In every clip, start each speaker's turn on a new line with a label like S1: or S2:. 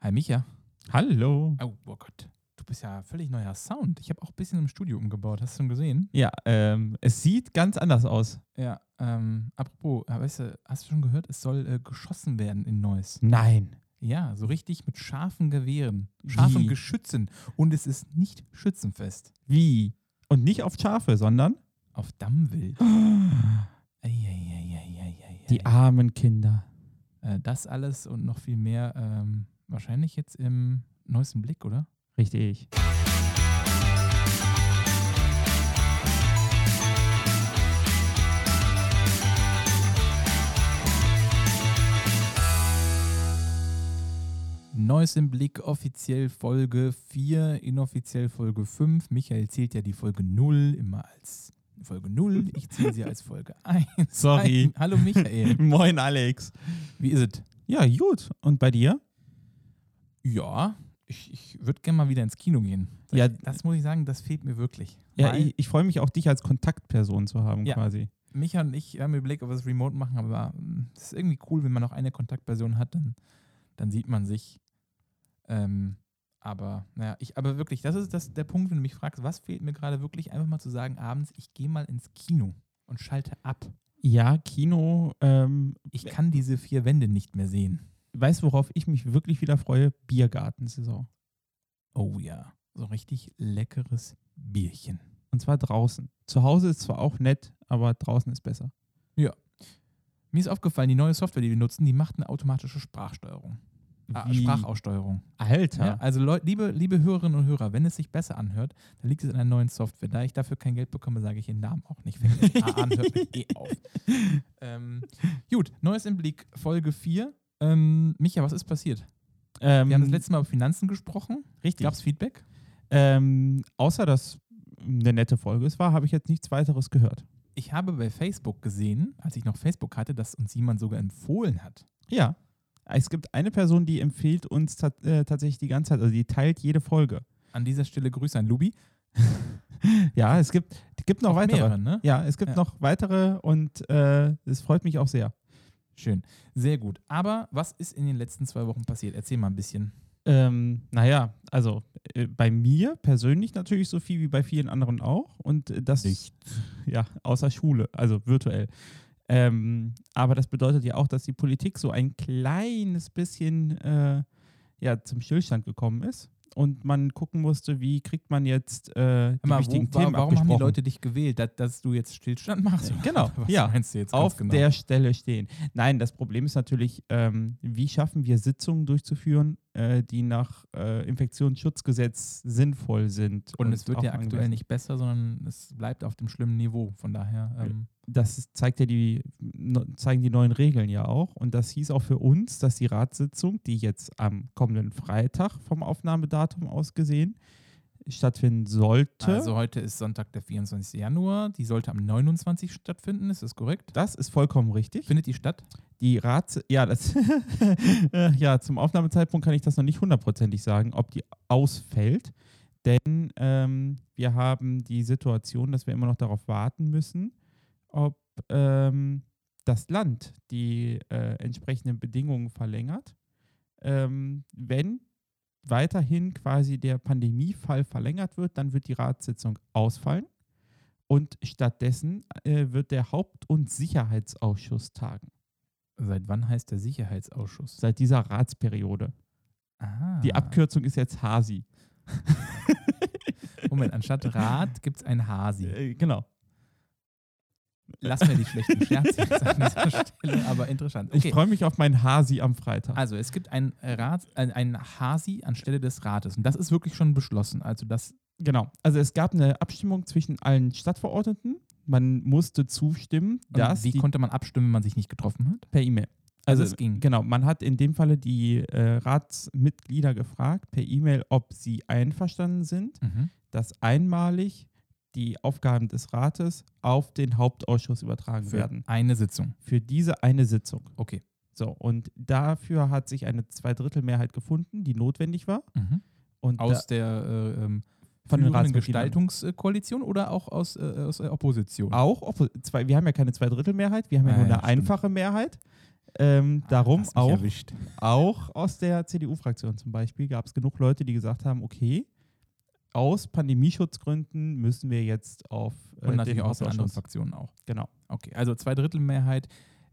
S1: Hi Micha.
S2: Hallo.
S1: Oh, oh Gott. Du bist ja völlig neuer Sound. Ich habe auch ein bisschen im Studio umgebaut. Hast du schon gesehen?
S2: Ja, ähm, es sieht ganz anders aus.
S1: Ja, ähm, apropos, äh, weißt du, hast du schon gehört, es soll äh, geschossen werden in Neuss.
S2: Nein.
S1: Ja, so richtig mit scharfen Gewehren, scharfen
S2: Wie?
S1: Geschützen. Und es ist nicht schützenfest.
S2: Wie? Und nicht auf Schafe, sondern
S1: Auf Dammwild. Eieieiei.
S2: die armen Kinder.
S1: Äh, das alles und noch viel mehr ähm, wahrscheinlich jetzt im neuesten Blick, oder?
S2: Richtig.
S1: Neues im Blick, offiziell Folge 4, inoffiziell Folge 5. Michael zählt ja die Folge 0 immer als Folge 0. Ich zähle sie als Folge 1.
S2: Sorry.
S1: Hallo Michael.
S2: Moin, Alex.
S1: Wie ist es?
S2: Ja, gut. Und bei dir?
S1: Ja, ich, ich würde gerne mal wieder ins Kino gehen. Das,
S2: Ja.
S1: das muss ich sagen, das fehlt mir wirklich.
S2: Ja,
S1: Weil
S2: ich, ich freue mich auch, dich als Kontaktperson zu haben,
S1: Ja.
S2: quasi.
S1: Micha und ich haben überlegt, ob wir es remote machen, aber mm, es ist irgendwie cool, wenn man noch eine Kontaktperson hat, dann, dann sieht man sich. Ähm, aber, naja, ich, aber wirklich, das ist das, der Punkt, wenn du mich fragst, was fehlt mir gerade wirklich, einfach mal zu sagen, abends, ich gehe mal ins Kino und schalte ab.
S2: Ja, Kino. Ähm,
S1: Ich kann diese vier Wände nicht mehr sehen.
S2: weiß, worauf ich mich wirklich wieder freue: Biergartensaison.
S1: Oh ja, so richtig leckeres Bierchen.
S2: Und zwar draußen. Zu Hause ist zwar auch nett, aber draußen ist besser.
S1: Mir ist aufgefallen, die neue Software, die wir nutzen, die macht eine automatische Sprachsteuerung. Ah,
S2: Wie-
S1: Sprachaussteuerung.
S2: Alter.
S1: Ja, also Leute, liebe, liebe Hörerinnen und Hörer, wenn es sich besser anhört, dann liegt es an der neuen Software. Da ich dafür kein Geld bekomme, sage ich den Namen auch nicht. Fängt mit A an, hört mit E auf. Ähm, gut, Neues im Blick, Folge 4. Ähm, Micha, was ist passiert?
S2: Ähm,
S1: Wir haben das letzte Mal über Finanzen gesprochen.
S2: richtig.
S1: Gab es Feedback?
S2: Ähm, außer dass eine nette Folge es war, habe ich jetzt nichts weiteres gehört.
S1: Ich habe bei Facebook gesehen, als ich noch Facebook hatte, dass uns jemand sogar empfohlen hat.
S2: Ja. Es gibt eine Person, die empfiehlt uns ta äh, tatsächlich die ganze Zeit, also die teilt jede Folge.
S1: An dieser Stelle Grüße an Lubi.
S2: Ja, es gibt, es gibt noch
S1: Auch
S2: weitere.
S1: mehrere, ne?
S2: Ja, es gibt
S1: Ja.
S2: noch weitere und äh, es freut mich auch sehr.
S1: Schön. Sehr gut. Aber was ist in den letzten zwei Wochen passiert? Erzähl mal ein bisschen.
S2: Ähm, naja, also äh, bei mir persönlich natürlich so viel wie bei vielen anderen auch. Und äh, das. Ja, außer Schule, also virtuell. Ähm, aber das bedeutet ja auch, dass die Politik so ein kleines bisschen äh, ja, zum Stillstand gekommen ist. Und man gucken musste, wie kriegt man jetzt äh, die
S1: Hör mal,
S2: wichtigen
S1: wo, wa-
S2: Themen
S1: warum haben die
S2: abgesprochen.
S1: Leute dich gewählt, dass, dass du jetzt Stillstand machst?
S2: Äh, genau,
S1: Was
S2: ja.
S1: meinst du jetzt ganz
S2: auf
S1: genau?
S2: der Stelle stehen. Nein, das Problem ist natürlich, ähm, wie schaffen wir Sitzungen durchzuführen, äh, die nach äh, Infektionsschutzgesetz sinnvoll sind.
S1: und es wird
S2: auch
S1: ja aktuell
S2: angemessen.
S1: nicht besser, sondern es bleibt auf dem schlimmen Niveau. Von daher,
S2: Äh,
S1: ähm,
S2: das ist- zeigt ja die, ne- zeigen die neuen Regeln ja auch. Und das hieß auch für uns, dass die Ratssitzung, die jetzt am kommenden Freitag vom Aufnahmedatum aus gesehen stattfinden sollte,
S1: also heute ist Sonntag, der 24. Januar. Die sollte am 29. stattfinden, ist das korrekt?
S2: das ist vollkommen richtig.
S1: Findet die statt?
S2: Die Rats ja, das äh, ja, zum Aufnahmezeitpunkt kann ich das noch nicht hundertprozentig sagen, ob die ausfällt. Denn ähm, wir haben die Situation, dass wir immer noch darauf warten müssen, ob ähm, das Land die äh, entsprechenden Bedingungen verlängert. Ähm, wenn weiterhin quasi der Pandemiefall verlängert wird, dann wird die Ratssitzung ausfallen und stattdessen äh, wird der Haupt- und Sicherheitsausschuss tagen
S1: Seit wann heißt der Sicherheitsausschuss?
S2: seit dieser Ratsperiode.
S1: Ah.
S2: Die Abkürzung ist jetzt Hasi.
S1: Moment, anstatt Rat gibt es ein Hasi.
S2: Äh, genau.
S1: Lass mir die schlechten Scherze jetzt an dieser Stelle, aber interessant.
S2: Ich freue mich auf meinen Hasi am Freitag.
S1: Also es gibt einen Rat, ein- einen Hasi anstelle des Rates. Und das ist wirklich schon beschlossen. Also das
S2: genau. Also es gab eine Abstimmung zwischen allen Stadtverordneten. Man musste zustimmen,
S1: Und
S2: dass
S1: Ähm, wie
S2: die
S1: konnte man abstimmen, wenn man sich nicht getroffen hat?
S2: per E-Mail. Also,
S1: es ging.
S2: Genau, man hat in dem Falle die äh, Ratsmitglieder gefragt per E-Mail, ob sie einverstanden sind,
S1: Mhm.
S2: dass einmalig die Aufgaben des Rates auf den Hauptausschuss übertragen
S1: Für
S2: werden.
S1: eine Sitzung.
S2: Für diese eine Sitzung.
S1: Okay.
S2: So, und dafür hat sich eine Zweidrittelmehrheit gefunden, die notwendig war.
S1: Mhm.
S2: Und
S1: Aus
S2: da,
S1: der äh, ähm,
S2: Von den
S1: führenden
S2: Ratsmitgliedern.
S1: Gestaltungskoalition oder auch aus, äh, aus der Opposition?
S2: Ah, auch, obwohl zwei, wir haben ja keine Zweidrittelmehrheit, wir haben ja
S1: Ah,
S2: nur
S1: ja,
S2: eine
S1: stimmt. Ah,
S2: einfache Mehrheit. Ähm, darum
S1: Hast mich
S2: auch, äh,
S1: Erwischt.
S2: auch aus der CDU-Fraktion zum Beispiel gab es genug Leute, die gesagt haben, okay, aus Pandemieschutzgründen müssen wir jetzt auf äh,
S1: Und natürlich aus den anderen
S2: Hauptausschuss.
S1: Fraktionen auch.
S2: Genau.
S1: Okay, also Zweidrittelmehrheit.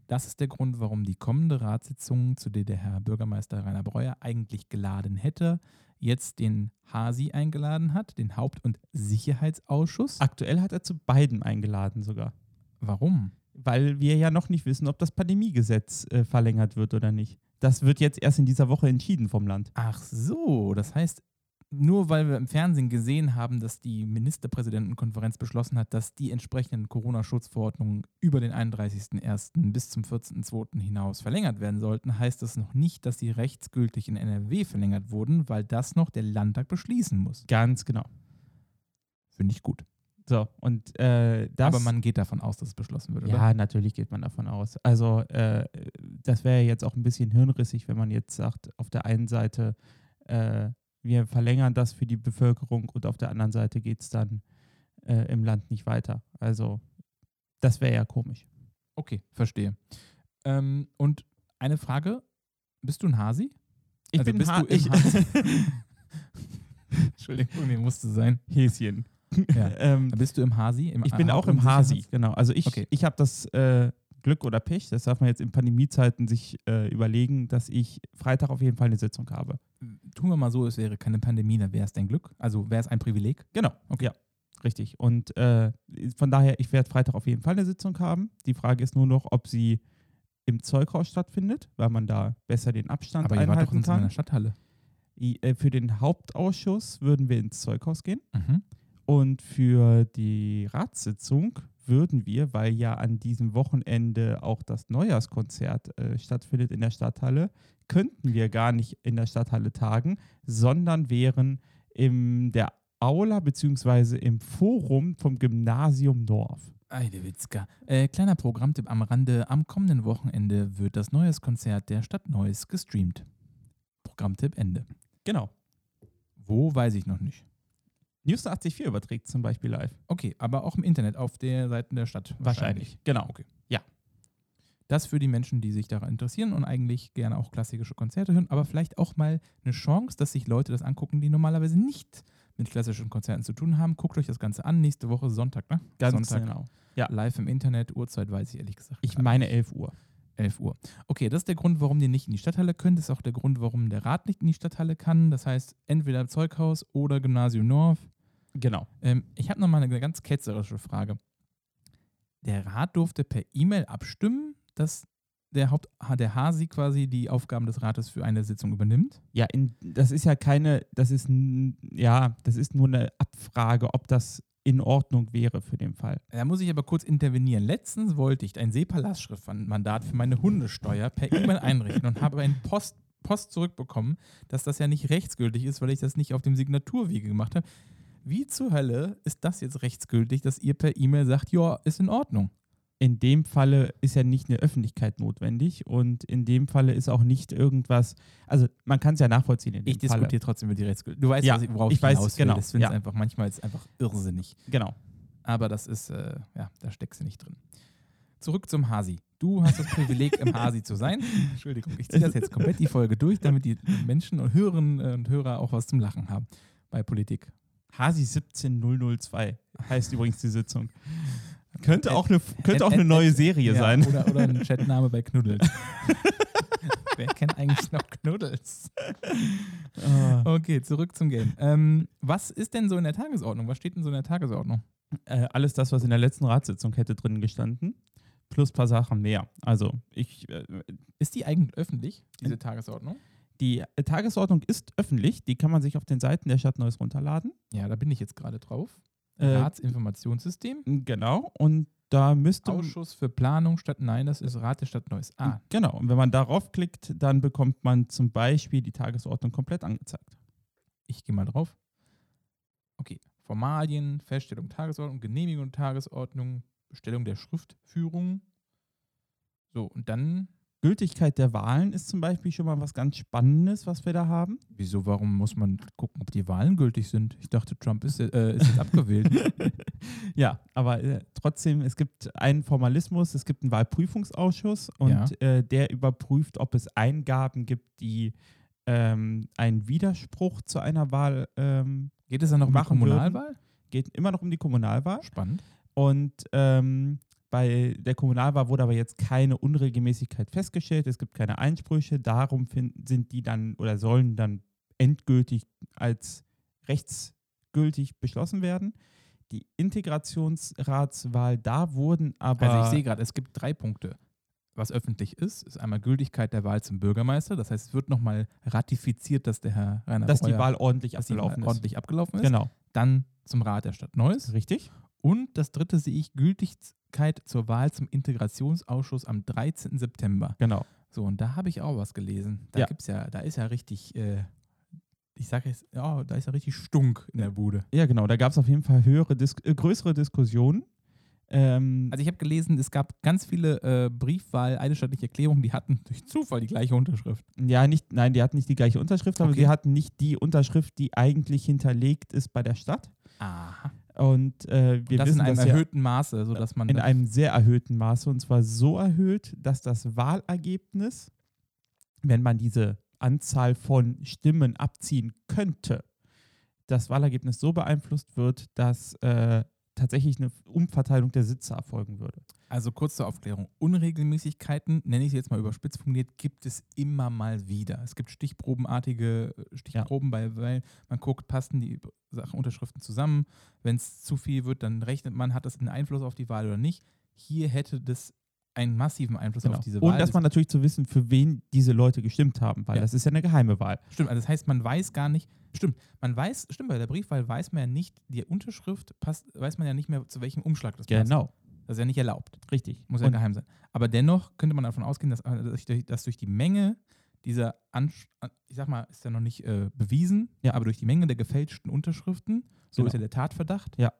S1: Das ist der Grund, warum die kommende Ratssitzung, zu der der Herr Bürgermeister Rainer Breuer eigentlich geladen hätte, jetzt den Hasi eingeladen hat, den Haupt- und Sicherheitsausschuss.
S2: Aktuell hat er zu beiden eingeladen sogar,
S1: Warum?
S2: weil wir ja noch nicht wissen, ob das Pandemiegesetz äh, verlängert wird oder nicht. Das wird jetzt erst in dieser Woche entschieden vom Land.
S1: Ach so, das heißt, nur weil wir im Fernsehen gesehen haben, dass die Ministerpräsidentenkonferenz beschlossen hat, dass die entsprechenden Corona-Schutzverordnungen über den 31.01. bis zum 14.02. hinaus verlängert werden sollten, heißt das noch nicht, dass sie rechtsgültig in NRW verlängert wurden, weil das noch der Landtag beschließen muss.
S2: Ganz genau.
S1: Finde ich gut.
S2: So, und äh, das.
S1: Aber man geht davon aus, dass es beschlossen wird, oder?
S2: Ja, natürlich geht man davon aus. Also äh, das wäre ja jetzt auch ein bisschen hirnrissig, wenn man jetzt sagt, auf der einen Seite, äh, wir verlängern das für die Bevölkerung und auf der anderen Seite geht es dann äh, im Land nicht weiter. Also das wäre ja komisch.
S1: Okay, verstehe. Ähm, und eine Frage, bist du ein Hasi? Also bist du im Hasi? Entschuldigung, mir musste sein.
S2: Häschen.
S1: Ja.
S2: ähm,
S1: Bist du im Hasi? Im
S2: ich bin
S1: Haupt-
S2: auch im
S1: und
S2: Hasi, genau. Also ich,
S1: Okay.
S2: ich habe das äh, Glück oder Pech, das darf man jetzt in Pandemiezeiten sich äh, überlegen, dass ich Freitag auf jeden Fall eine Sitzung habe.
S1: tun wir mal so, es wäre keine Pandemie, dann wäre es dein Glück. Also wäre es ein Privileg.
S2: Genau, okay. Ja, richtig. Und äh, von daher, ich werde Freitag auf jeden Fall eine Sitzung haben. Die Frage ist nur noch, ob sie im Zeughaus stattfindet, weil man da besser den Abstand
S1: Aber ihr wart doch
S2: einhalten
S1: sonst in
S2: kann.
S1: einer Stadthalle.
S2: I- äh, Für den Hauptausschuss würden wir ins Zeughaus gehen und für die Ratssitzung würden wir, weil ja an diesem Wochenende auch das Neujahrskonzert äh, stattfindet in der Stadthalle, könnten wir gar nicht in der Stadthalle tagen, sondern wären in der Aula bzw. im Forum vom Gymnasium Dorf.
S1: Eide Witzka. Äh, kleiner Programmtipp am Rande. Am kommenden Wochenende wird das neues Konzert der Stadt Neues gestreamt. Programmtipp Ende.
S2: Genau.
S1: Wo, weiß ich noch nicht.
S2: News 84 überträgt zum Beispiel live.
S1: Okay, aber auch im Internet, auf der Seite der Stadt.
S2: Genau.
S1: Okay. Das für die Menschen, die sich daran interessieren und eigentlich gerne auch klassische Konzerte hören, aber vielleicht auch mal eine Chance, dass sich Leute das angucken, die normalerweise nicht mit klassischen Konzerten zu tun haben. Guckt euch das Ganze an. Nächste Woche Sonntag, ne?
S2: Ganz
S1: Sonntag.
S2: genau.
S1: Live im Internet. Uhrzeit weiß ich ehrlich gesagt.
S2: Ich
S1: gerade
S2: meine 11 Uhr.
S1: 11 Uhr. Okay, das ist der Grund, warum ihr nicht in die Stadthalle könnt. Das ist auch der Grund, warum der Rat nicht in die Stadthalle kann. Das heißt, entweder im Zeughaus oder Gymnasium North.
S2: Genau.
S1: Ähm, ich habe nochmal eine ganz ketzerische Frage. Der Rat durfte per E-Mail abstimmen, dass der, Haupt der Hasi quasi die Aufgaben des Rates für eine Sitzung übernimmt.
S2: Ja, in, das ist ja keine, das ist n- ja, das ist nur eine Abfrage, ob das in Ordnung wäre für den Fall.
S1: Da muss ich aber kurz intervenieren. Letztens wollte ich ein Seepalastschriftmandat für meine Hundesteuer per E-Mail einrichten und habe einen Post, Post zurückbekommen, dass das ja nicht rechtsgültig ist, weil ich das nicht auf dem Signaturwege gemacht habe. Wie zur Hölle ist das jetzt rechtsgültig, dass ihr per E-Mail sagt, ja, ist in Ordnung?
S2: In dem Falle ist ja nicht eine Öffentlichkeit notwendig und in dem Falle ist auch nicht irgendwas, also man kann es ja nachvollziehen in dem
S1: Ich
S2: Falle.
S1: diskutiere trotzdem über die Rechtsgültigkeit. Du weißt,
S2: Ja,
S1: was ich- worauf ich,
S2: ich weiß,
S1: hinaus will.
S2: genau,
S1: Das finde ich
S2: ja.
S1: einfach manchmal ist einfach irrsinnig.
S2: Genau.
S1: Aber das ist, äh, ja, da steckst du nicht drin. Zurück zum Hasi. Du hast das Privileg, im Hasi zu sein. Entschuldigung, ich ziehe das jetzt komplett die Folge durch, damit die Menschen und Hörerinnen äh, und Hörer auch was zum Lachen haben bei Politik.
S2: Hasi 17002 heißt übrigens die Sitzung. Könnte auch eine,
S1: Ä-
S2: könnte auch eine
S1: ä-
S2: neue Serie
S1: Ja,
S2: sein.
S1: Oder, oder ein Chatname bei Knuddels. Wer kennt eigentlich noch Knuddels?
S2: Ah.
S1: Okay, zurück zum Game. Ähm, was ist denn so in der Tagesordnung? Was steht denn so in der Tagesordnung?
S2: äh, alles das, was in der letzten Ratssitzung hätte drin gestanden, plus ein paar Sachen mehr. Also ich, äh,
S1: Ist die eigentlich öffentlich, diese Tagesordnung?
S2: die äh, Tagesordnung ist öffentlich, die kann man sich auf den Seiten der Stadt Neuss runterladen.
S1: Ja, da bin ich jetzt gerade drauf.
S2: Äh,
S1: Ratsinformationssystem.
S2: genau, und da müsste
S1: Ausschuss für Planung Stadt Nein, das ist Rat der Stadt Neuss. Ah,
S2: Genau, und wenn man darauf klickt, dann bekommt man zum Beispiel die Tagesordnung komplett angezeigt.
S1: ich gehe mal drauf. Okay. Formalien, Feststellung Tagesordnung, Genehmigung Tagesordnung, Bestellung der Schriftführung. So, und dann
S2: Gültigkeit der Wahlen ist zum Beispiel schon mal was ganz Spannendes, was wir da haben.
S1: Wieso, warum muss man gucken, ob die Wahlen gültig sind? Ich dachte, Trump ist, äh, ist jetzt abgewählt.
S2: Ja, aber äh, trotzdem, es gibt einen Formalismus, es gibt einen Wahlprüfungsausschuss und
S1: Ja.
S2: äh, der überprüft, ob es Eingaben gibt, die ähm, einen Widerspruch zu einer Wahl ähm,
S1: Geht es dann noch um die
S2: Machen würden.
S1: Kommunalwahl?
S2: geht immer noch um die Kommunalwahl.
S1: Spannend.
S2: Und ähm, bei der Kommunalwahl wurde aber jetzt keine Unregelmäßigkeit festgestellt. Es gibt keine Einsprüche. Darum finden, sind die dann oder sollen dann endgültig als rechtsgültig beschlossen werden. Die Integrationsratswahl, da wurden aber.
S1: Also ich sehe gerade, es gibt drei Punkte. Was öffentlich ist, ist einmal Gültigkeit der Wahl zum Bürgermeister. Das heißt, es wird nochmal ratifiziert, dass der Herr Rainer
S2: dass die
S1: Breuer-
S2: Wahl ordentlich
S1: oh dass die Wahl
S2: abgelaufen ist.
S1: ordentlich abgelaufen ist.
S2: Genau,
S1: Dann zum Rat der Stadt Neuss.
S2: richtig.
S1: Und das dritte sehe ich Gültigkeit zur Wahl zum Integrationsausschuss am 13. September.
S2: Genau.
S1: So, und da habe ich auch was gelesen. Da
S2: Ja.
S1: gibt's ja, da ist ja richtig, äh, ich sage jetzt, ja, da ist ja richtig Stunk in der Bude.
S2: Ja, genau. Da gab es auf jeden Fall höhere, Dis äh, größere Diskussionen. Ähm,
S1: Also ich habe gelesen, es gab ganz viele äh, Briefwahl, eidesstattliche Erklärungen, die hatten durch Zufall die gleiche Unterschrift.
S2: Ja, nicht, nein, die hatten nicht die gleiche Unterschrift, aber
S1: Okay.
S2: sie hatten nicht die Unterschrift, die eigentlich hinterlegt ist bei der Stadt.
S1: Aha.
S2: Und äh, wir
S1: das
S2: wissen
S1: in einem
S2: das ja
S1: erhöhten Maße, sodass man
S2: in
S1: das-
S2: einem sehr erhöhten Maße und zwar so erhöht, dass das Wahlergebnis, wenn man diese Anzahl von Stimmen abziehen könnte, das Wahlergebnis so beeinflusst wird, dass äh, tatsächlich eine Umverteilung der Sitze erfolgen würde.
S1: also kurz zur Aufklärung. Unregelmäßigkeiten, nenne ich sie jetzt mal überspitzt formuliert, gibt es immer mal wieder. Es gibt stichprobenartige äh, Stichproben, bei, weil man guckt, passen die Sachen, Unterschriften zusammen. Wenn es zu viel wird, dann rechnet man, hat das einen Einfluss auf die Wahl oder nicht. Hier hätte das einen massiven Einfluss
S2: Genau.
S1: auf diese Wahl.
S2: und dass man natürlich zu wissen, für wen diese Leute gestimmt haben, weil
S1: Ja.
S2: das ist ja eine geheime Wahl.
S1: Stimmt, also das heißt, man weiß gar nicht, stimmt, man weiß, stimmt, bei der Briefwahl weiß man ja nicht, die Unterschrift passt, weiß man ja nicht mehr, zu welchem Umschlag das passt.
S2: Genau,
S1: Das ist ja nicht erlaubt,
S2: richtig.
S1: muss ja
S2: und
S1: geheim sein. Aber dennoch könnte man davon ausgehen, dass, äh, dass, durch, dass durch die Menge dieser, Ansch äh, ich sag mal, ist ja noch nicht äh, bewiesen,
S2: Ja.
S1: aber durch die Menge der gefälschten Unterschriften, so
S2: Genau.
S1: ist ja der Tatverdacht,
S2: Ja.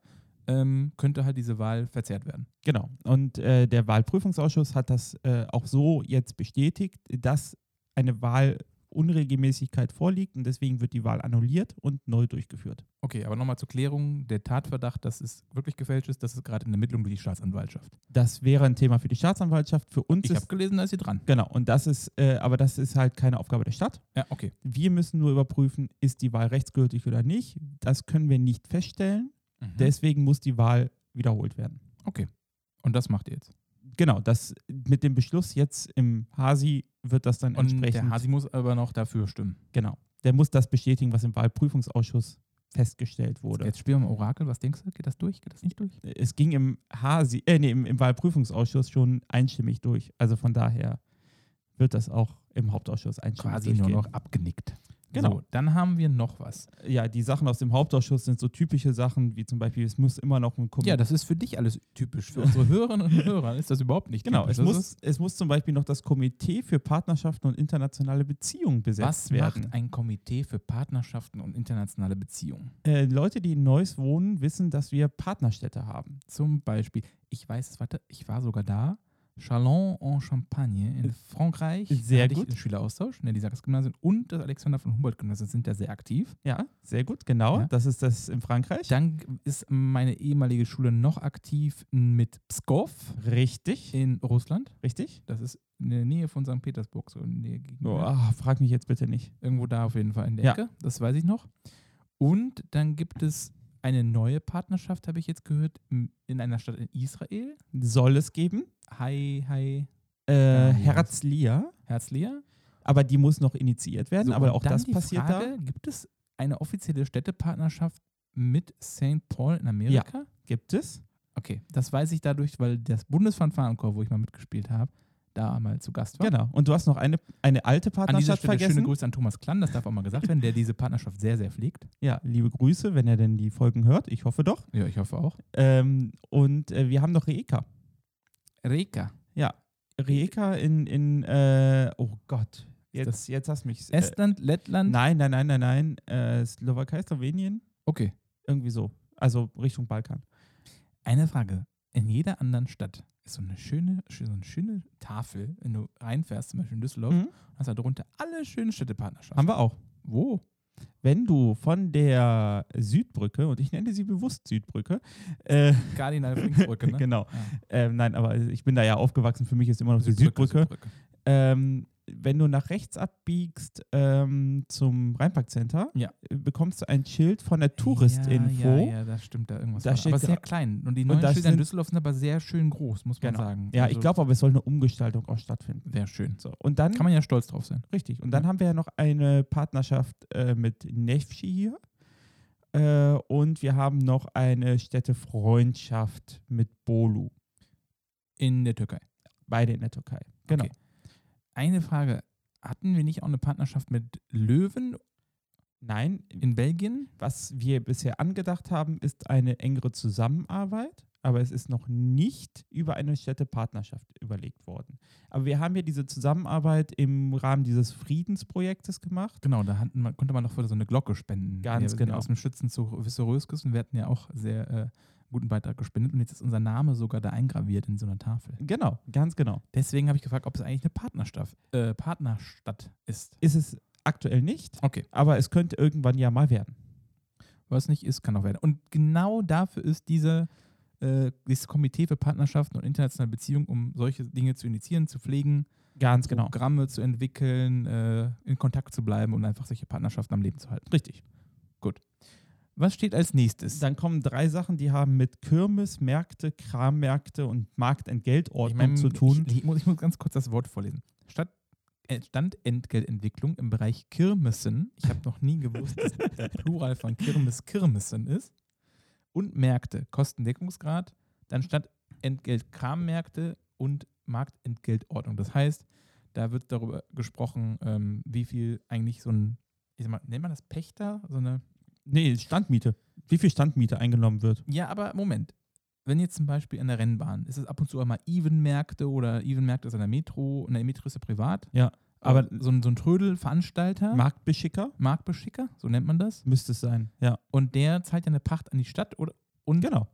S1: ähm, könnte halt diese Wahl verzerrt werden.
S2: Genau. Und äh, der Wahlprüfungsausschuss hat das äh, auch so jetzt bestätigt, dass eine Wahlunregelmäßigkeit vorliegt und deswegen wird die Wahl annulliert und neu durchgeführt.
S1: Okay, aber nochmal zur Klärung, der Tatverdacht, dass es wirklich gefälscht ist, das ist gerade in Ermittlung durch die Staatsanwaltschaft.
S2: Das wäre ein Thema für die Staatsanwaltschaft. Für uns
S1: Ich habe
S2: ist
S1: gelesen, da ist sie dran.
S2: genau. Und das ist, äh, aber das ist halt keine Aufgabe der Stadt.
S1: Ja, okay.
S2: Wir müssen nur überprüfen, ist die Wahl rechtsgültig oder nicht. Das können wir nicht feststellen.
S1: Mhm.
S2: Deswegen muss die Wahl wiederholt werden.
S1: Und das macht ihr jetzt.
S2: Genau. Das mit dem Beschluss jetzt im Hasi wird das dann
S1: Und
S2: entsprechend.
S1: der Hasi muss aber noch dafür stimmen.
S2: Genau. Der muss das bestätigen, was im Wahlprüfungsausschuss festgestellt wurde.
S1: Jetzt spielen wir im Orakel. Was denkst du? Geht das durch? Geht das nicht durch?
S2: Es ging im Hasi, äh, nee, im, im Wahlprüfungsausschuss schon einstimmig durch. Also von daher wird das auch im Hauptausschuss einstimmig
S1: Quasi nur
S2: durchgehen.
S1: noch abgenickt.
S2: Genau.
S1: So, dann haben wir noch was.
S2: Ja, die Sachen aus dem Hauptausschuss sind so typische Sachen, wie zum Beispiel, es muss immer noch ein Kommentar.
S1: Ja, das ist für dich alles typisch. Für unsere Hörerinnen und Hörer ist das überhaupt nicht
S2: genau,
S1: typisch.
S2: es
S1: Das
S2: muss,
S1: ist,
S2: es muss zum Beispiel noch das Komitee für Partnerschaften und internationale Beziehungen besetzt
S1: was
S2: werden.
S1: macht ein Komitee für Partnerschaften und internationale Beziehungen?
S2: äh, Leute, die in Neuss wohnen, wissen, dass wir Partnerstädte haben.
S1: Zum Beispiel, ich weiß, warte, ich war sogar da. Chalon en Champagne in Frankreich.
S2: Sehr
S1: da hatte
S2: gut.
S1: Ich den Schüleraustausch, ne, die Sachs-Gymnasium und das Alexander von Humboldt-Gymnasium sind da sehr aktiv.
S2: Ja, sehr gut, genau.
S1: Ja.
S2: Das ist das in Frankreich.
S1: Dann ist meine ehemalige Schule noch aktiv mit Pskov
S2: Richtig.
S1: in Russland.
S2: Richtig?
S1: Das ist in der Nähe von St. Petersburg, so in der Gegend.
S2: ah, frag mich jetzt bitte nicht.
S1: Irgendwo da auf jeden Fall in der
S2: Ja.
S1: Ecke, das weiß ich noch. Und dann gibt es eine neue Partnerschaft, habe ich jetzt gehört, im- in einer Stadt in Israel.
S2: Soll es geben?
S1: Hi, hi,
S2: Äh,
S1: Ähm,
S2: Herzlia.
S1: Herzliya.
S2: Aber die muss noch initiiert werden,
S1: So,
S2: aber
S1: und
S2: auch
S1: dann
S2: das
S1: die
S2: passiert da.
S1: Frage, Gibt es eine offizielle Städtepartnerschaft mit St. Paul in Amerika?
S2: Gibt es?
S1: Okay, das weiß ich dadurch, weil das Bundesfanfarenchor, wo ich mal mitgespielt habe, da mal zu Gast war.
S2: Genau. Und du hast noch eine, eine alte
S1: An dieser
S2: Partnerschaft
S1: Stelle schöne
S2: vergessen.
S1: Grüße an Thomas Klann, das darf auch mal gesagt werden, der diese Partnerschaft sehr, sehr pflegt.
S2: Ja, liebe Grüße, wenn er denn die Folgen hört. Ich hoffe doch.
S1: Ja, ich hoffe auch.
S2: Ähm, und äh, wir haben noch Reeka.
S1: Reka.
S2: Ja. Reeka in, in äh, oh Gott.
S1: das-
S2: Jetzt, jetzt hast du mich. Äh,
S1: Estland, Lettland.
S2: nein, nein, nein, nein, nein. Äh, Slowakei, Slowenien.
S1: Okay.
S2: Irgendwie so. Also Richtung Balkan.
S1: Eine Frage. in jeder anderen Stadt ist so eine schöne, schö- so eine schöne Tafel, wenn du reinfährst, zum Beispiel in Düsseldorf,
S2: Mhm.
S1: hast da drunter alle schönen Städtepartnerschaften.
S2: Haben wir auch.
S1: Wo?
S2: Wenn du von der Südbrücke, und ich nenne sie bewusst Südbrücke, äh,
S1: Kardinal Frinkbrücke, ne?
S2: genau,
S1: Ja.
S2: ähm, nein, aber ich bin da ja aufgewachsen, für mich ist immer noch die Südbrücke.
S1: Südbrücke.
S2: Ähm, wenn du nach rechts abbiegst ähm, zum Rheinparkcenter,
S1: Ja.
S2: äh, bekommst du ein Schild von der Touristinfo.
S1: Ja, ja, ja, das stimmt da irgendwas.
S2: Da
S1: war
S2: steht
S1: aber sehr
S2: gra-
S1: klein. Und die
S2: Und
S1: neuen
S2: das
S1: Schilder in
S2: sind-
S1: Düsseldorf sind aber sehr schön groß, muss man
S2: Genau.
S1: sagen.
S2: Ja,
S1: Also,
S2: ich Mhm. glaube aber, es soll eine Umgestaltung auch stattfinden.
S1: Wäre schön.
S2: So. Und dann,
S1: Kann man ja stolz drauf sein.
S2: richtig, und dann
S1: Ja.
S2: haben wir ja noch eine Partnerschaft äh, mit Nefschi hier. Äh, und wir haben noch eine Städtefreundschaft mit Bolu,
S1: In der Türkei.
S2: beide in der Türkei. Genau.
S1: Okay. Eine Frage. Hatten wir nicht auch eine Partnerschaft mit Löwen
S2: Nein,
S1: in Belgien?
S2: Was wir bisher angedacht haben, ist eine engere Zusammenarbeit, aber es ist noch nicht über eine Städtepartnerschaft überlegt worden. Aber wir haben ja diese Zusammenarbeit im Rahmen dieses Friedensprojektes gemacht.
S1: Genau, da hatten man, konnte man doch vorher so eine Glocke spenden.
S2: Ganz
S1: wir,
S2: genau.
S1: Aus dem Schützen zu Wissoröskes und wir hatten ja auch sehr äh, guten Beitrag gespendet und jetzt ist unser Name sogar da eingraviert in so einer Tafel.
S2: Genau, ganz genau.
S1: Deswegen habe ich gefragt, ob es eigentlich eine Partnerstadt, äh, Partnerstadt ist.
S2: Ist es aktuell nicht,
S1: Okay.
S2: aber es könnte irgendwann ja mal werden.
S1: Was nicht ist, kann auch werden. Und genau dafür ist diese, äh, dieses Komitee für Partnerschaften und internationale Beziehungen, um solche Dinge zu initiieren, zu pflegen,
S2: Ganz genau.
S1: Programme zu entwickeln, äh, in Kontakt zu bleiben und einfach solche Partnerschaften am Leben zu halten.
S2: Richtig.
S1: Was steht als nächstes?
S2: Dann kommen drei Sachen, die haben mit Kirmes, Märkte, Krammärkte und
S1: Ich
S2: Marktentgeltordnung
S1: mein,
S2: zu tun.
S1: Ich, ich, muss, ich muss ganz kurz das Wort vorlesen. Stadt, äh, Standentgeltentwicklung im Bereich Kirmessen. Ich habe noch nie gewusst, dass der Plural von Kirmes Kirmessen ist. Und Märkte, Kostendeckungsgrad, dann Standentgelt Krammärkte und Marktentgeltordnung. Das heißt, da wird darüber gesprochen, ähm, wie viel eigentlich so ein, ich sag mal, nennt man das Pächter? So eine
S2: nee, Standmiete. Wie viel Standmiete eingenommen wird.
S1: ja, aber Moment. Wenn jetzt zum Beispiel in der Rennbahn, ist es ab und zu auch mal Even-Märkte oder Even-Märkte ist an der Metro, in der Metro ist ja privat.
S2: Ja,
S1: Aber
S2: aber-
S1: so ein, so ein Trödel-Veranstalter,
S2: Marktbeschicker
S1: Marktbeschicker, so nennt man das.
S2: müsste es sein. Ja,
S1: Und der zahlt ja eine Pacht an die Stadt oder, und
S2: genau.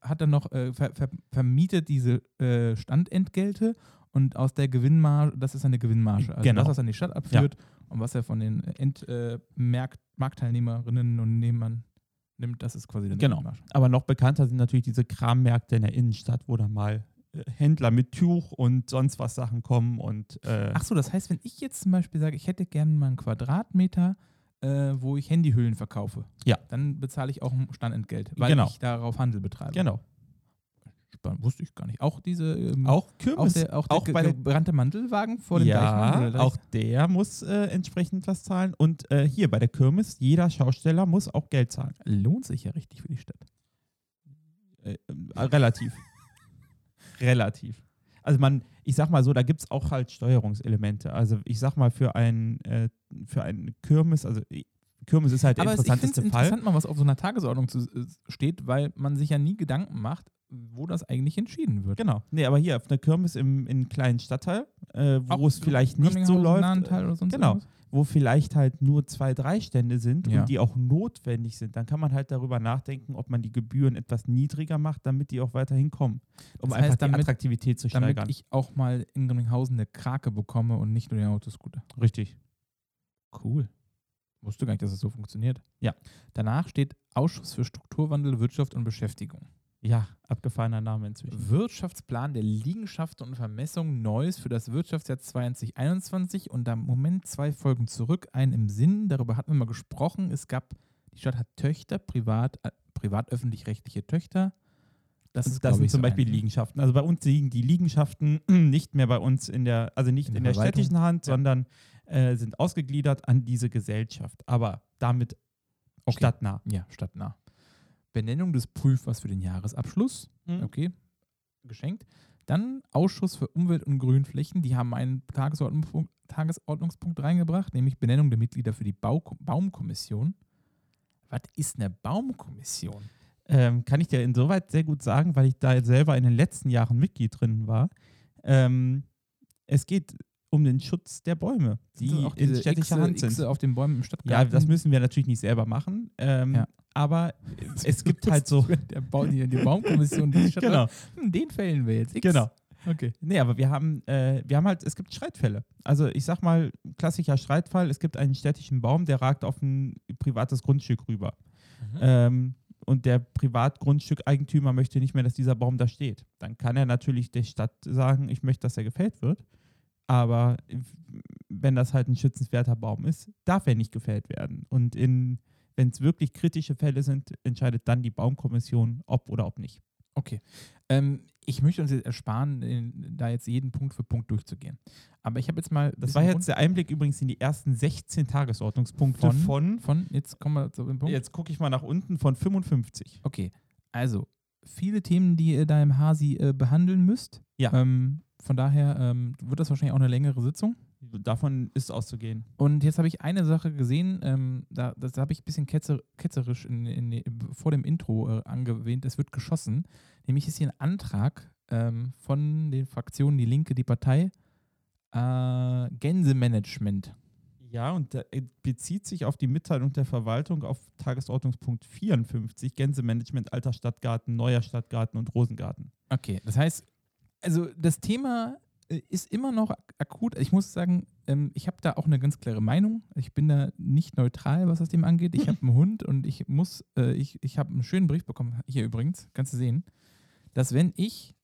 S1: hat dann noch äh, ver, ver, vermietet diese äh, Standentgelte und aus der Gewinnmarge, das ist eine Gewinnmarge. Also
S2: Genau.
S1: das, was an die Stadt abführt und was er von den End, äh, Märkt, Marktteilnehmerinnen und Nehmern nimmt, das ist quasi eine
S2: Genau.
S1: Gewinnmarge.
S2: Aber noch bekannter sind natürlich diese Krammärkte in der Innenstadt, wo dann mal äh, Händler mit Tuch und sonst was Sachen kommen und äh,
S1: Ach so, das heißt, wenn ich jetzt zum Beispiel sage, ich hätte gerne mal einen Quadratmeter, äh, wo ich Handyhüllen verkaufe,
S2: Ja.
S1: dann bezahle ich auch ein Standentgelt, weil
S2: Genau.
S1: ich darauf Handel betreibe.
S2: genau.
S1: Spann- Wusste ich gar nicht. Auch diese ähm,
S2: Auch
S1: auch
S2: Kürbis.
S1: der, auch der
S2: auch
S1: ge-
S2: bei der-
S1: gebrannte Mantelwagen vor dem Deichmann
S2: ja,
S1: oder
S2: auch
S1: Deich-
S2: der muss äh, entsprechend was zahlen. Und äh, hier bei der Kirmes, jeder Schausteller muss auch Geld zahlen.
S1: lohnt sich ja richtig für die Stadt.
S2: Äh, äh, relativ. relativ. Also man, ich sag mal so, da gibt es auch halt Steuerungselemente. Also ich sag mal, für einen, äh, für einen Kirmes, also äh, Kirmes ist halt der
S1: Aber es- ich finde es
S2: interessanteste Fall.
S1: interessant mal, was auf so einer Tagesordnung zu, äh, steht, weil man sich ja nie Gedanken macht, wo das eigentlich entschieden wird.
S2: Genau. Nee, aber hier auf einer Kirmes im, in einem kleinen Stadtteil, äh, wo
S1: Auch
S2: es vielleicht nicht so
S1: Birminghausen,
S2: läuft,
S1: Nahenthal
S2: äh,
S1: Oder sonst
S2: genau.
S1: irgendwas?
S2: wo vielleicht halt nur zwei, drei Stände sind
S1: Ja.
S2: und die auch notwendig sind, dann kann man halt darüber nachdenken, ob man die Gebühren etwas niedriger macht, damit die auch weiterhin kommen. Um
S1: Das
S2: einfach
S1: heißt,
S2: die
S1: damit-
S2: Attraktivität zu
S1: Damit
S2: steigern.
S1: ich auch mal in Grimminghausen eine Krake bekomme und nicht nur den Autoscooter.
S2: Richtig.
S1: Cool. Wusste gar nicht, dass es so funktioniert.
S2: Ja.
S1: Danach steht Ausschuss für Strukturwandel, Wirtschaft und Beschäftigung.
S2: Ja, abgefahrener Name inzwischen.
S1: Wirtschaftsplan der Liegenschaften und Vermessung Neues für das Wirtschaftsjahr 2021 und da im Moment zwei Folgen zurück, einen im Sinn, darüber hatten wir mal gesprochen. Es gab, die Stadt hat Töchter, privat, äh, privat-öffentlich-rechtliche Töchter. Das ist,
S2: Das
S1: glaub
S2: sind
S1: ich,
S2: zum
S1: so
S2: Beispiel
S1: ein-
S2: Liegenschaften. Also bei uns liegen die Liegenschaften nicht mehr bei uns in der, also nicht
S1: In
S2: in,
S1: der
S2: der
S1: Verwaltung.
S2: städtischen Hand,
S1: Ja.
S2: sondern äh, sind ausgegliedert an diese Gesellschaft. Aber damit
S1: Okay.
S2: stadtnah.
S1: Ja, stadtnah. Benennung des Prüfers für den Jahresabschluss.
S2: Mhm.
S1: Okay, geschenkt. Dann Ausschuss für Umwelt und Grünflächen. Die haben einen Tagesordnungspunkt, Tagesordnungspunkt reingebracht, nämlich Benennung der Mitglieder für die Bau Baumkommission. Was ist eine Baumkommission?
S2: ähm, kann ich dir insoweit sehr gut sagen, weil ich da selber in den letzten Jahren Mitglied drin war. Ähm, es geht um den Schutz der Bäume,
S1: Also
S2: die in städtischer Hand sind.
S1: auf den Bäumen im
S2: Ja,
S1: Stadtgarten.
S2: das müssen wir natürlich nicht selber machen, ähm,
S1: Ja.
S2: aber es gibt halt so.
S1: Der Bau, die, die Baumkommission, die schon
S2: Genau.
S1: sagt, hm, den fällen wir jetzt. X.
S2: Genau.
S1: Okay.
S2: Nee, aber wir haben, äh, wir haben halt, es gibt Streitfälle. Also ich sag mal, klassischer Streitfall, es gibt einen städtischen Baum, der ragt auf ein privates Grundstück rüber.
S1: Mhm.
S2: Ähm, und der Privatgrundstückeigentümer möchte nicht mehr, dass dieser Baum da steht. Dann kann er natürlich der Stadt sagen, ich möchte, dass er gefällt wird. Aber wenn das halt ein schützenswerter Baum ist, darf er nicht gefällt werden. Und wenn es wirklich kritische Fälle sind, entscheidet dann die Baumkommission, ob oder ob nicht.
S1: Okay. Ähm, ich möchte uns jetzt ersparen, in, da jetzt jeden Punkt für Punkt durchzugehen. Aber ich habe jetzt mal.
S2: Das
S1: bisschen
S2: war jetzt der Einblick übrigens in die ersten 16 Tagesordnungspunkte
S1: Von-
S2: von,
S1: rund- von. Jetzt kommen wir zu dem Punkt.
S2: jetzt gucke ich mal nach unten, von 55.
S1: Okay. Also, viele Themen, die ihr da im Hasi äh, behandeln müsst.
S2: Ja.
S1: Ähm, von daher ähm, wird das wahrscheinlich auch eine längere Sitzung.
S2: Davon ist auszugehen.
S1: Und jetzt habe ich eine Sache gesehen, ähm, da, das habe ich ein bisschen ketzer, ketzerisch in, in, vor dem Intro äh, angewähnt, es wird geschossen. Nämlich ist hier ein Antrag ähm, von den Fraktionen Die Linke, die Partei, äh, Gänsemanagement.
S2: Ja, und da äh, bezieht sich auf die Mitteilung der Verwaltung auf Tagesordnungspunkt 54, Gänsemanagement, alter Stadtgarten, neuer Stadtgarten und Rosengarten.
S1: Okay, das heißt, also das Thema äh, ist immer noch ak- akut. Ich muss sagen, ähm, ich habe da auch eine ganz klare Meinung. Ich bin da nicht neutral, was das Thema angeht. Ich habe einen Hund und ich muss, äh, ich, ich habe einen schönen Brief bekommen, hier übrigens, kannst du sehen, dass wenn ich,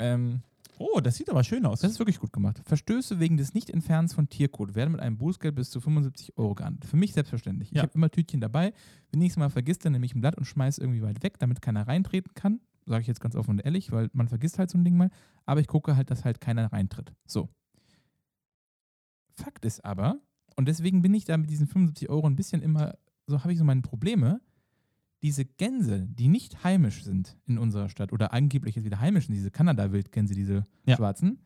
S1: ähm,
S2: Oh, das sieht aber schön aus.
S1: das ist wirklich gut gemacht, Verstöße wegen des Nichtentfernens von Tierkot werden mit einem Bußgeld bis zu 75 Euro geahndet. Für mich selbstverständlich. Ich
S2: Ja.
S1: habe immer Tütchen dabei. Wenn ich es mal vergisst, dann nehme ich ein Blatt und schmeiße irgendwie weit weg, damit keiner reintreten kann. Sage ich jetzt ganz offen und ehrlich, weil man vergisst halt so ein Ding mal. Aber ich gucke halt, dass halt keiner reintritt. So. Fakt ist aber, und deswegen bin ich da mit diesen 75 Euro ein bisschen immer, so habe ich so meine Probleme. Diese Gänse, die nicht heimisch sind in unserer Stadt oder angeblich jetzt wieder heimisch sind, diese Kanada-Wildgänse, diese
S2: Ja.
S1: schwarzen,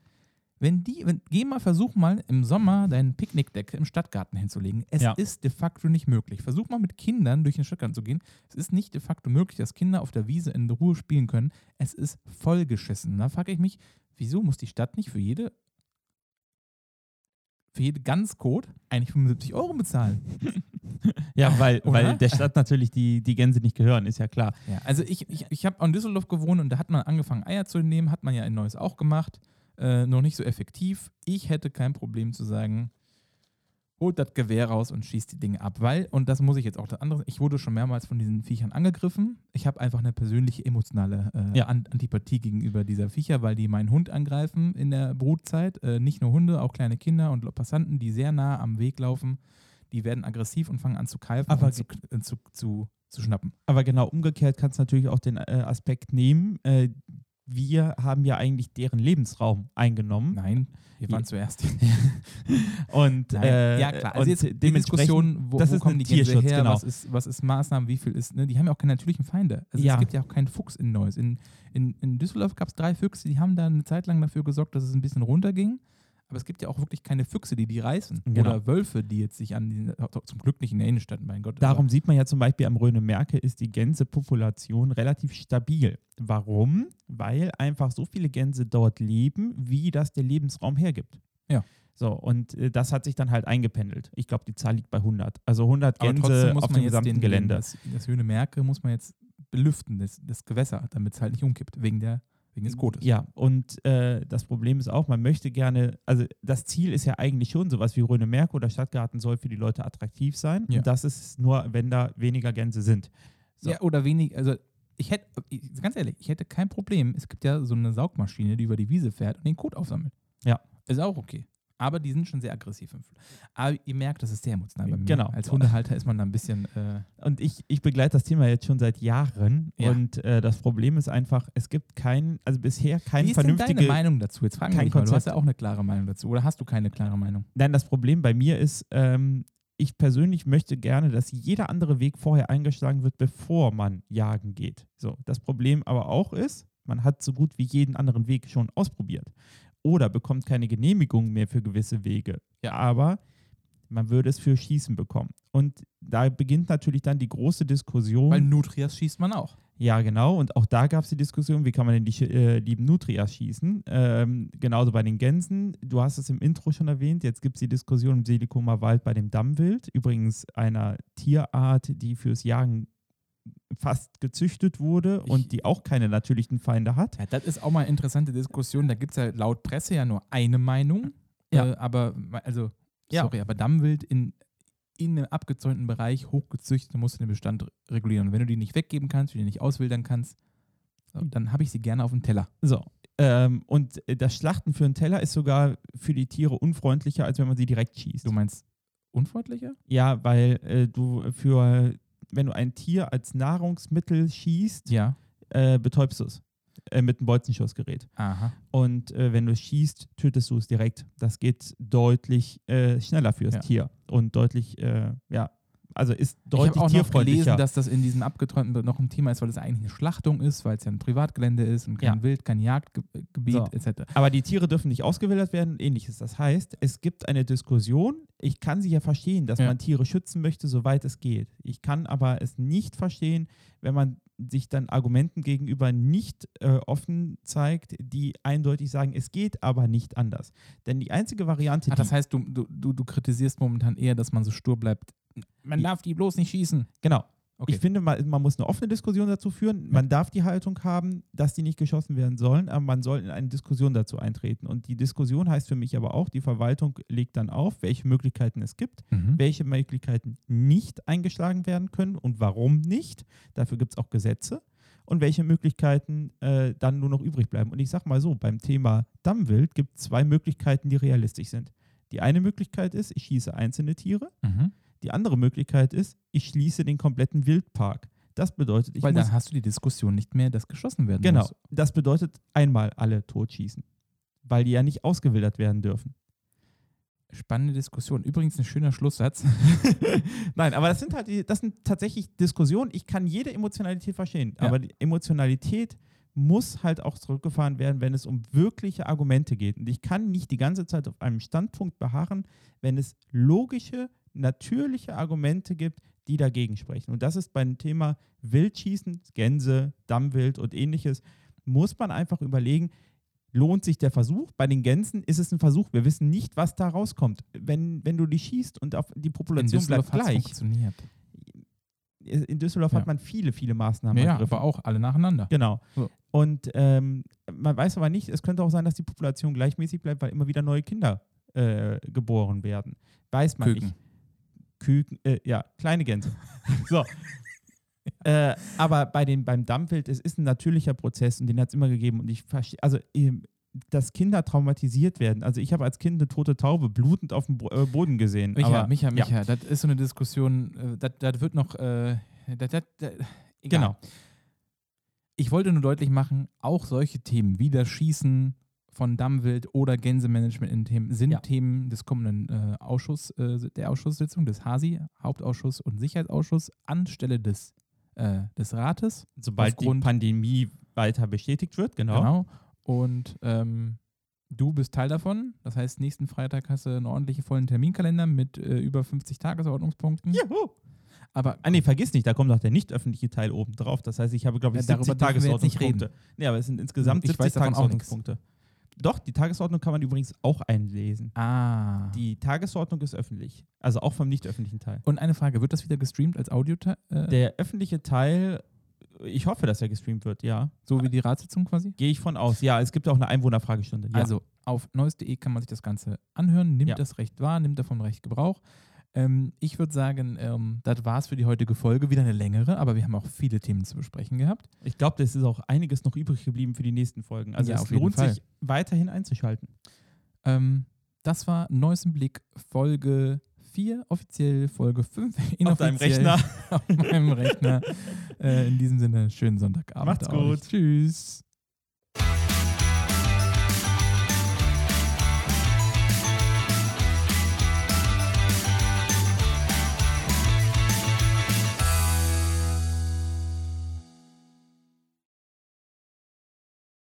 S1: wenn die, wenn, geh mal, versuch mal im Sommer deinen Picknickdecke im Stadtgarten hinzulegen. Es
S2: Ja.
S1: ist de facto nicht möglich. Versuch mal mit Kindern durch den Stadtgarten zu gehen. Es ist nicht de facto möglich, dass Kinder auf der Wiese in Ruhe spielen können. Es ist vollgeschissen. Da frage ich mich, wieso muss die Stadt nicht für jede für jede Ganzcode eigentlich 75 Euro bezahlen?
S2: Ja, weil,
S1: Oder?
S2: weil der Stadt natürlich die, die Gänse nicht gehören, ist ja klar.
S1: Ja, also ich, ich, ich habe in Düsseldorf gewohnt und da hat man angefangen, Eier zu nehmen, hat man ja in Neues auch gemacht. Äh, noch nicht so effektiv. Ich hätte kein Problem zu sagen, holt das Gewehr raus und schießt die Dinge ab, weil, und das muss ich jetzt auch das andere, ich wurde schon mehrmals von diesen Viechern angegriffen. Ich habe einfach eine persönliche emotionale äh,
S2: Ja.
S1: An Antipathie gegenüber dieser Viecher, weil die meinen Hund angreifen in der Brutzeit. Äh, nicht nur Hunde, auch kleine Kinder und Passanten, die sehr nah am Weg laufen, die werden aggressiv und fangen an zu keifen
S2: Aber
S1: und zu, äh, zu, zu, zu schnappen.
S2: Aber genau umgekehrt kannst du natürlich auch den äh, Aspekt nehmen. Äh, wir haben ja eigentlich deren Lebensraum eingenommen.
S1: Nein, wir waren
S2: Ja.
S1: zuerst.
S2: Und,
S1: Nein.
S2: äh,
S1: ja, klar.
S2: und
S1: Also jetzt die
S2: dementsprechend-
S1: Diskussion, wo,
S2: das
S1: wo
S2: ist
S1: kommen
S2: ein
S1: die Gänse
S2: Tierschutz,
S1: her,
S2: genau.
S1: was, ist, was ist Maßnahmen, wie viel ist, ne? Die haben ja auch keine natürlichen Feinde. Also
S2: Ja.
S1: es gibt ja auch keinen Fuchs in Neuss. In, in, in Düsseldorf gab es drei Füchse, die haben da eine Zeit lang dafür gesorgt, dass es ein bisschen runterging. Aber es gibt ja auch wirklich keine Füchse, die die reißen.
S2: Genau.
S1: Oder Wölfe, die jetzt sich an den, zum Glück nicht in der Innenstadt, mein Gott.
S2: Darum sieht man ja zum Beispiel am Rhöne-Merke ist die Gänsepopulation relativ stabil. Warum? Weil einfach so viele Gänse dort leben, wie das der Lebensraum hergibt.
S1: Ja.
S2: So, und äh, das hat sich dann halt eingependelt. Ich glaube, die Zahl liegt bei 100. Also 100
S1: aber, aber
S2: Gänse
S1: trotzdem muss
S2: auf
S1: man
S2: dem
S1: jetzt
S2: gesamten
S1: den,
S2: Gelände.
S1: Das, das Höhne Merke muss man jetzt belüften, das, das Gewässer, damit es halt nicht umkippt, wegen, der, wegen des Kotes.
S2: Ja, und äh, das Problem ist auch, man möchte gerne, also das Ziel ist ja eigentlich schon sowas wie Rhöne Merk oder Stadtgarten soll für die Leute attraktiv sein.
S1: Ja.
S2: Und das ist nur, wenn da weniger Gänse sind. So.
S1: Ja, oder wenig, also ich hätte, ich- ganz ehrlich, ich hätte kein Problem. Es gibt ja so eine Saugmaschine, die über die Wiese fährt und den Kot aufsammelt.
S2: Ja.
S1: Ist auch okay. Aber die sind schon sehr aggressiv. im Fl- Aber ihr merkt, das ist sehr emotional bei mir.
S2: Genau.
S1: Als Hundehalter ist man da ein bisschen, äh,
S2: Und ich, ich begleite das Thema jetzt schon seit Jahren.
S1: Ja.
S2: Und äh, das Problem ist einfach, es gibt keinen, also bisher keinen
S1: wie ist denn deine
S2: vernünftigen.
S1: Meinung dazu? Jetzt fragen wir
S2: kein
S1: dich mal, du hast
S2: Konzept.
S1: ja auch eine klare Meinung dazu. Oder hast du keine klare Meinung?
S2: Nein, das Problem bei mir ist, ähm, ich persönlich möchte gerne, dass jeder andere Weg vorher eingeschlagen wird, bevor man jagen geht. So, das Problem aber auch ist, man hat so gut wie jeden anderen Weg schon ausprobiert. Oder bekommt keine Genehmigung mehr für gewisse Wege.
S1: Ja.
S2: Aber man würde es für Schießen bekommen. Und da beginnt natürlich dann die große Diskussion.
S1: Weil Nutrias schießt man auch.
S2: Ja, genau. Und auch da gab es die Diskussion, wie kann man denn die Schi- äh, lieben Nutrias schießen? Ähm, genauso bei den Gänsen. Du hast es im Intro schon erwähnt. Jetzt gibt es die Diskussion im Silikumer Wald bei dem Dammwild. Übrigens einer Tierart, die fürs Jagen fast gezüchtet wurde
S1: Ich-
S2: und die auch keine natürlichen Feinde hat.
S1: Ja, das ist auch mal eine interessante Diskussion. Da gibt es ja laut Presse ja nur eine Meinung.
S2: Ja.
S1: Äh, aber, also,
S2: Ja.
S1: sorry, aber Dammwild in, in einem abgezäunten Bereich hochgezüchtet, musst du den Bestand re- regulieren. Und wenn du die nicht weggeben kannst, wenn du die nicht auswildern kannst, so, dann habe ich sie gerne auf dem Teller.
S2: So. Ähm, und äh, das Schlachten für einen Teller ist sogar für die Tiere unfreundlicher, als wenn man sie direkt schießt.
S1: Du meinst unfreundlicher?
S2: Ja, weil äh, du für, wenn du ein Tier als Nahrungsmittel schießt,
S1: Ja.
S2: äh, betäubst du es äh, mit einem Bolzenschussgerät.
S1: Aha.
S2: Und äh, wenn du es schießt, tötest du es direkt. Das geht deutlich äh, schneller fürs
S1: Ja.
S2: Tier und deutlich, äh, ja, also ist
S1: ich
S2: deutlich
S1: habe auch noch
S2: tierfreundlicher.
S1: gelesen, dass das in diesem abgeträumten Be- noch ein Thema ist, weil es eigentlich eine Schlachtung ist, weil es ja ein Privatgelände ist und kein
S2: Ja.
S1: Wild, kein Jagdgebiet
S2: So.
S1: etc.
S2: Aber die Tiere dürfen nicht ausgewildert werden, ähnliches. Das heißt, es gibt eine Diskussion. Ich kann sie ja verstehen, dass
S1: Ja.
S2: man Tiere schützen möchte, soweit es geht. Ich kann aber es nicht verstehen, wenn man sich dann Argumenten gegenüber nicht äh, offen zeigt, die eindeutig sagen, es geht aber nicht anders. Denn die einzige Variante,
S1: Ah,
S2: die
S1: das heißt, du, du, du, du kritisierst momentan eher, dass man so stur bleibt. Man
S2: Ja.
S1: darf die bloß nicht schießen.
S2: Genau.
S1: Okay.
S2: Ich finde, man, man muss eine offene Diskussion dazu führen. Man darf die Haltung haben, dass die nicht geschossen werden sollen, aber man soll in eine Diskussion dazu eintreten. Und die Diskussion heißt für mich aber auch, die Verwaltung legt dann auf, welche Möglichkeiten es gibt,
S1: Mhm,
S2: welche Möglichkeiten nicht eingeschlagen werden können und warum nicht. Dafür gibt es auch Gesetze. Und welche Möglichkeiten äh, dann nur noch übrig bleiben. Und ich sage mal so, beim Thema Dammwild gibt es zwei Möglichkeiten, die realistisch sind. Die eine Möglichkeit ist, ich schieße einzelne Tiere.
S1: mhm.
S2: Die andere Möglichkeit ist, ich schließe den kompletten Wildpark. Das bedeutet, ich
S1: Weil
S2: muss,
S1: dann hast du die Diskussion nicht mehr, dass geschossen werden
S2: genau,
S1: muss.
S2: das bedeutet einmal alle totschießen, weil die ja nicht ausgewildert werden dürfen.
S1: Spannende Diskussion. Übrigens ein schöner Schlusssatz.
S2: Nein, aber das sind halt, die- das sind tatsächlich Diskussionen. Ich kann jede Emotionalität verstehen,
S1: Ja.
S2: aber die Emotionalität muss halt auch zurückgefahren werden, wenn es um wirkliche Argumente geht. Und ich kann nicht die ganze Zeit auf einem Standpunkt beharren, wenn es logische, natürliche Argumente gibt, die dagegen sprechen. Und das ist beim Thema Wildschießen, Gänse, Dammwild und ähnliches, muss man einfach überlegen, lohnt sich der Versuch? Bei den Gänsen ist es ein Versuch. Wir wissen nicht, was da rauskommt. Wenn, wenn du die schießt und auf die Population bleibt
S1: hat's
S2: gleich.
S1: funktioniert.
S2: In Düsseldorf
S1: Ja.
S2: hat man viele, viele Maßnahmen
S1: Ja,
S2: ergriffen.
S1: aber auch alle nacheinander.
S2: Genau.
S1: So.
S2: Und ähm, man weiß aber nicht, es könnte auch sein, dass die Population gleichmäßig bleibt, weil immer wieder neue Kinder äh, geboren werden. Weiß man
S1: Küken.
S2: nicht. Küken, äh, ja, kleine Gänse. so. Äh, aber bei den, beim Dammwild, es ist ein natürlicher Prozess und den hat es immer gegeben. Und ich verstehe, also ähm, dass Kinder traumatisiert werden. Also ich habe als Kind eine tote Taube blutend auf dem Bo äh, Boden gesehen.
S1: Micha,
S2: aber,
S1: Micha,
S2: ja.
S1: Micha, das ist so eine Diskussion, äh, das- das wird noch. Äh, das- das- das- egal.
S2: Genau.
S1: Ich wollte nur deutlich machen, auch solche Themen wie das Schießen von Dammwild oder Gänsemanagement in Themen sind
S2: Ja.
S1: Themen des kommenden äh, Ausschuss, äh, der Ausschusssitzung des HASI, Hauptausschuss und Sicherheitsausschuss, anstelle des, äh, des Rates.
S2: Sobald die
S1: aufgrund-
S2: Pandemie weiter bestätigt wird, genau.
S1: Genau. Und ähm, du bist Teil davon. Das heißt, nächsten Freitag hast du einen ordentlichen vollen Terminkalender mit äh, über 50 Tagesordnungspunkten.
S2: Juhu.
S1: Aber
S2: Ah, nee, vergiss nicht, da kommt noch der nicht öffentliche Teil oben drauf. Das heißt, ich habe, glaube ich,
S1: Ja, darüber
S2: 70
S1: dürfen wir jetzt nicht
S2: Tagesordnungspunkte. Nee, aber es sind insgesamt
S1: Ich
S2: 70
S1: weiß davon auch nichts.
S2: Tagesordnungspunkte. Doch, die Tagesordnung kann man übrigens auch einlesen.
S1: Ah.
S2: Die Tagesordnung ist öffentlich, also auch vom nicht öffentlichen Teil.
S1: und eine Frage, wird das wieder gestreamt als Audio, äh,
S2: Der öffentliche Teil, ich hoffe, dass er gestreamt wird, ja.
S1: so wie die Ratssitzung quasi?
S2: Gehe ich von aus. Ja, es gibt auch eine Einwohnerfragestunde. Ja.
S1: Also auf neues.de kann man sich das Ganze anhören, nimmt
S2: Ja.
S1: das Recht wahr, nimmt davon Recht Gebrauch. Ähm, ich würde sagen, ähm, das war's für die heutige Folge. Wieder eine längere, aber wir haben auch viele Themen zu besprechen gehabt.
S2: ich glaube, es ist auch einiges noch übrig geblieben für die nächsten Folgen. Also
S1: Ja,
S2: es
S1: auf jeden
S2: lohnt
S1: Fall.
S2: sich, weiterhin einzuschalten.
S1: Ähm, das war Neues im Blick Folge 4, offiziell Folge 5.
S2: Auf deinem Rechner.
S1: Auf meinem Rechner. Äh, in diesem Sinne, schönen Sonntagabend.
S2: Macht's
S1: euch.
S2: gut.
S1: Tschüss.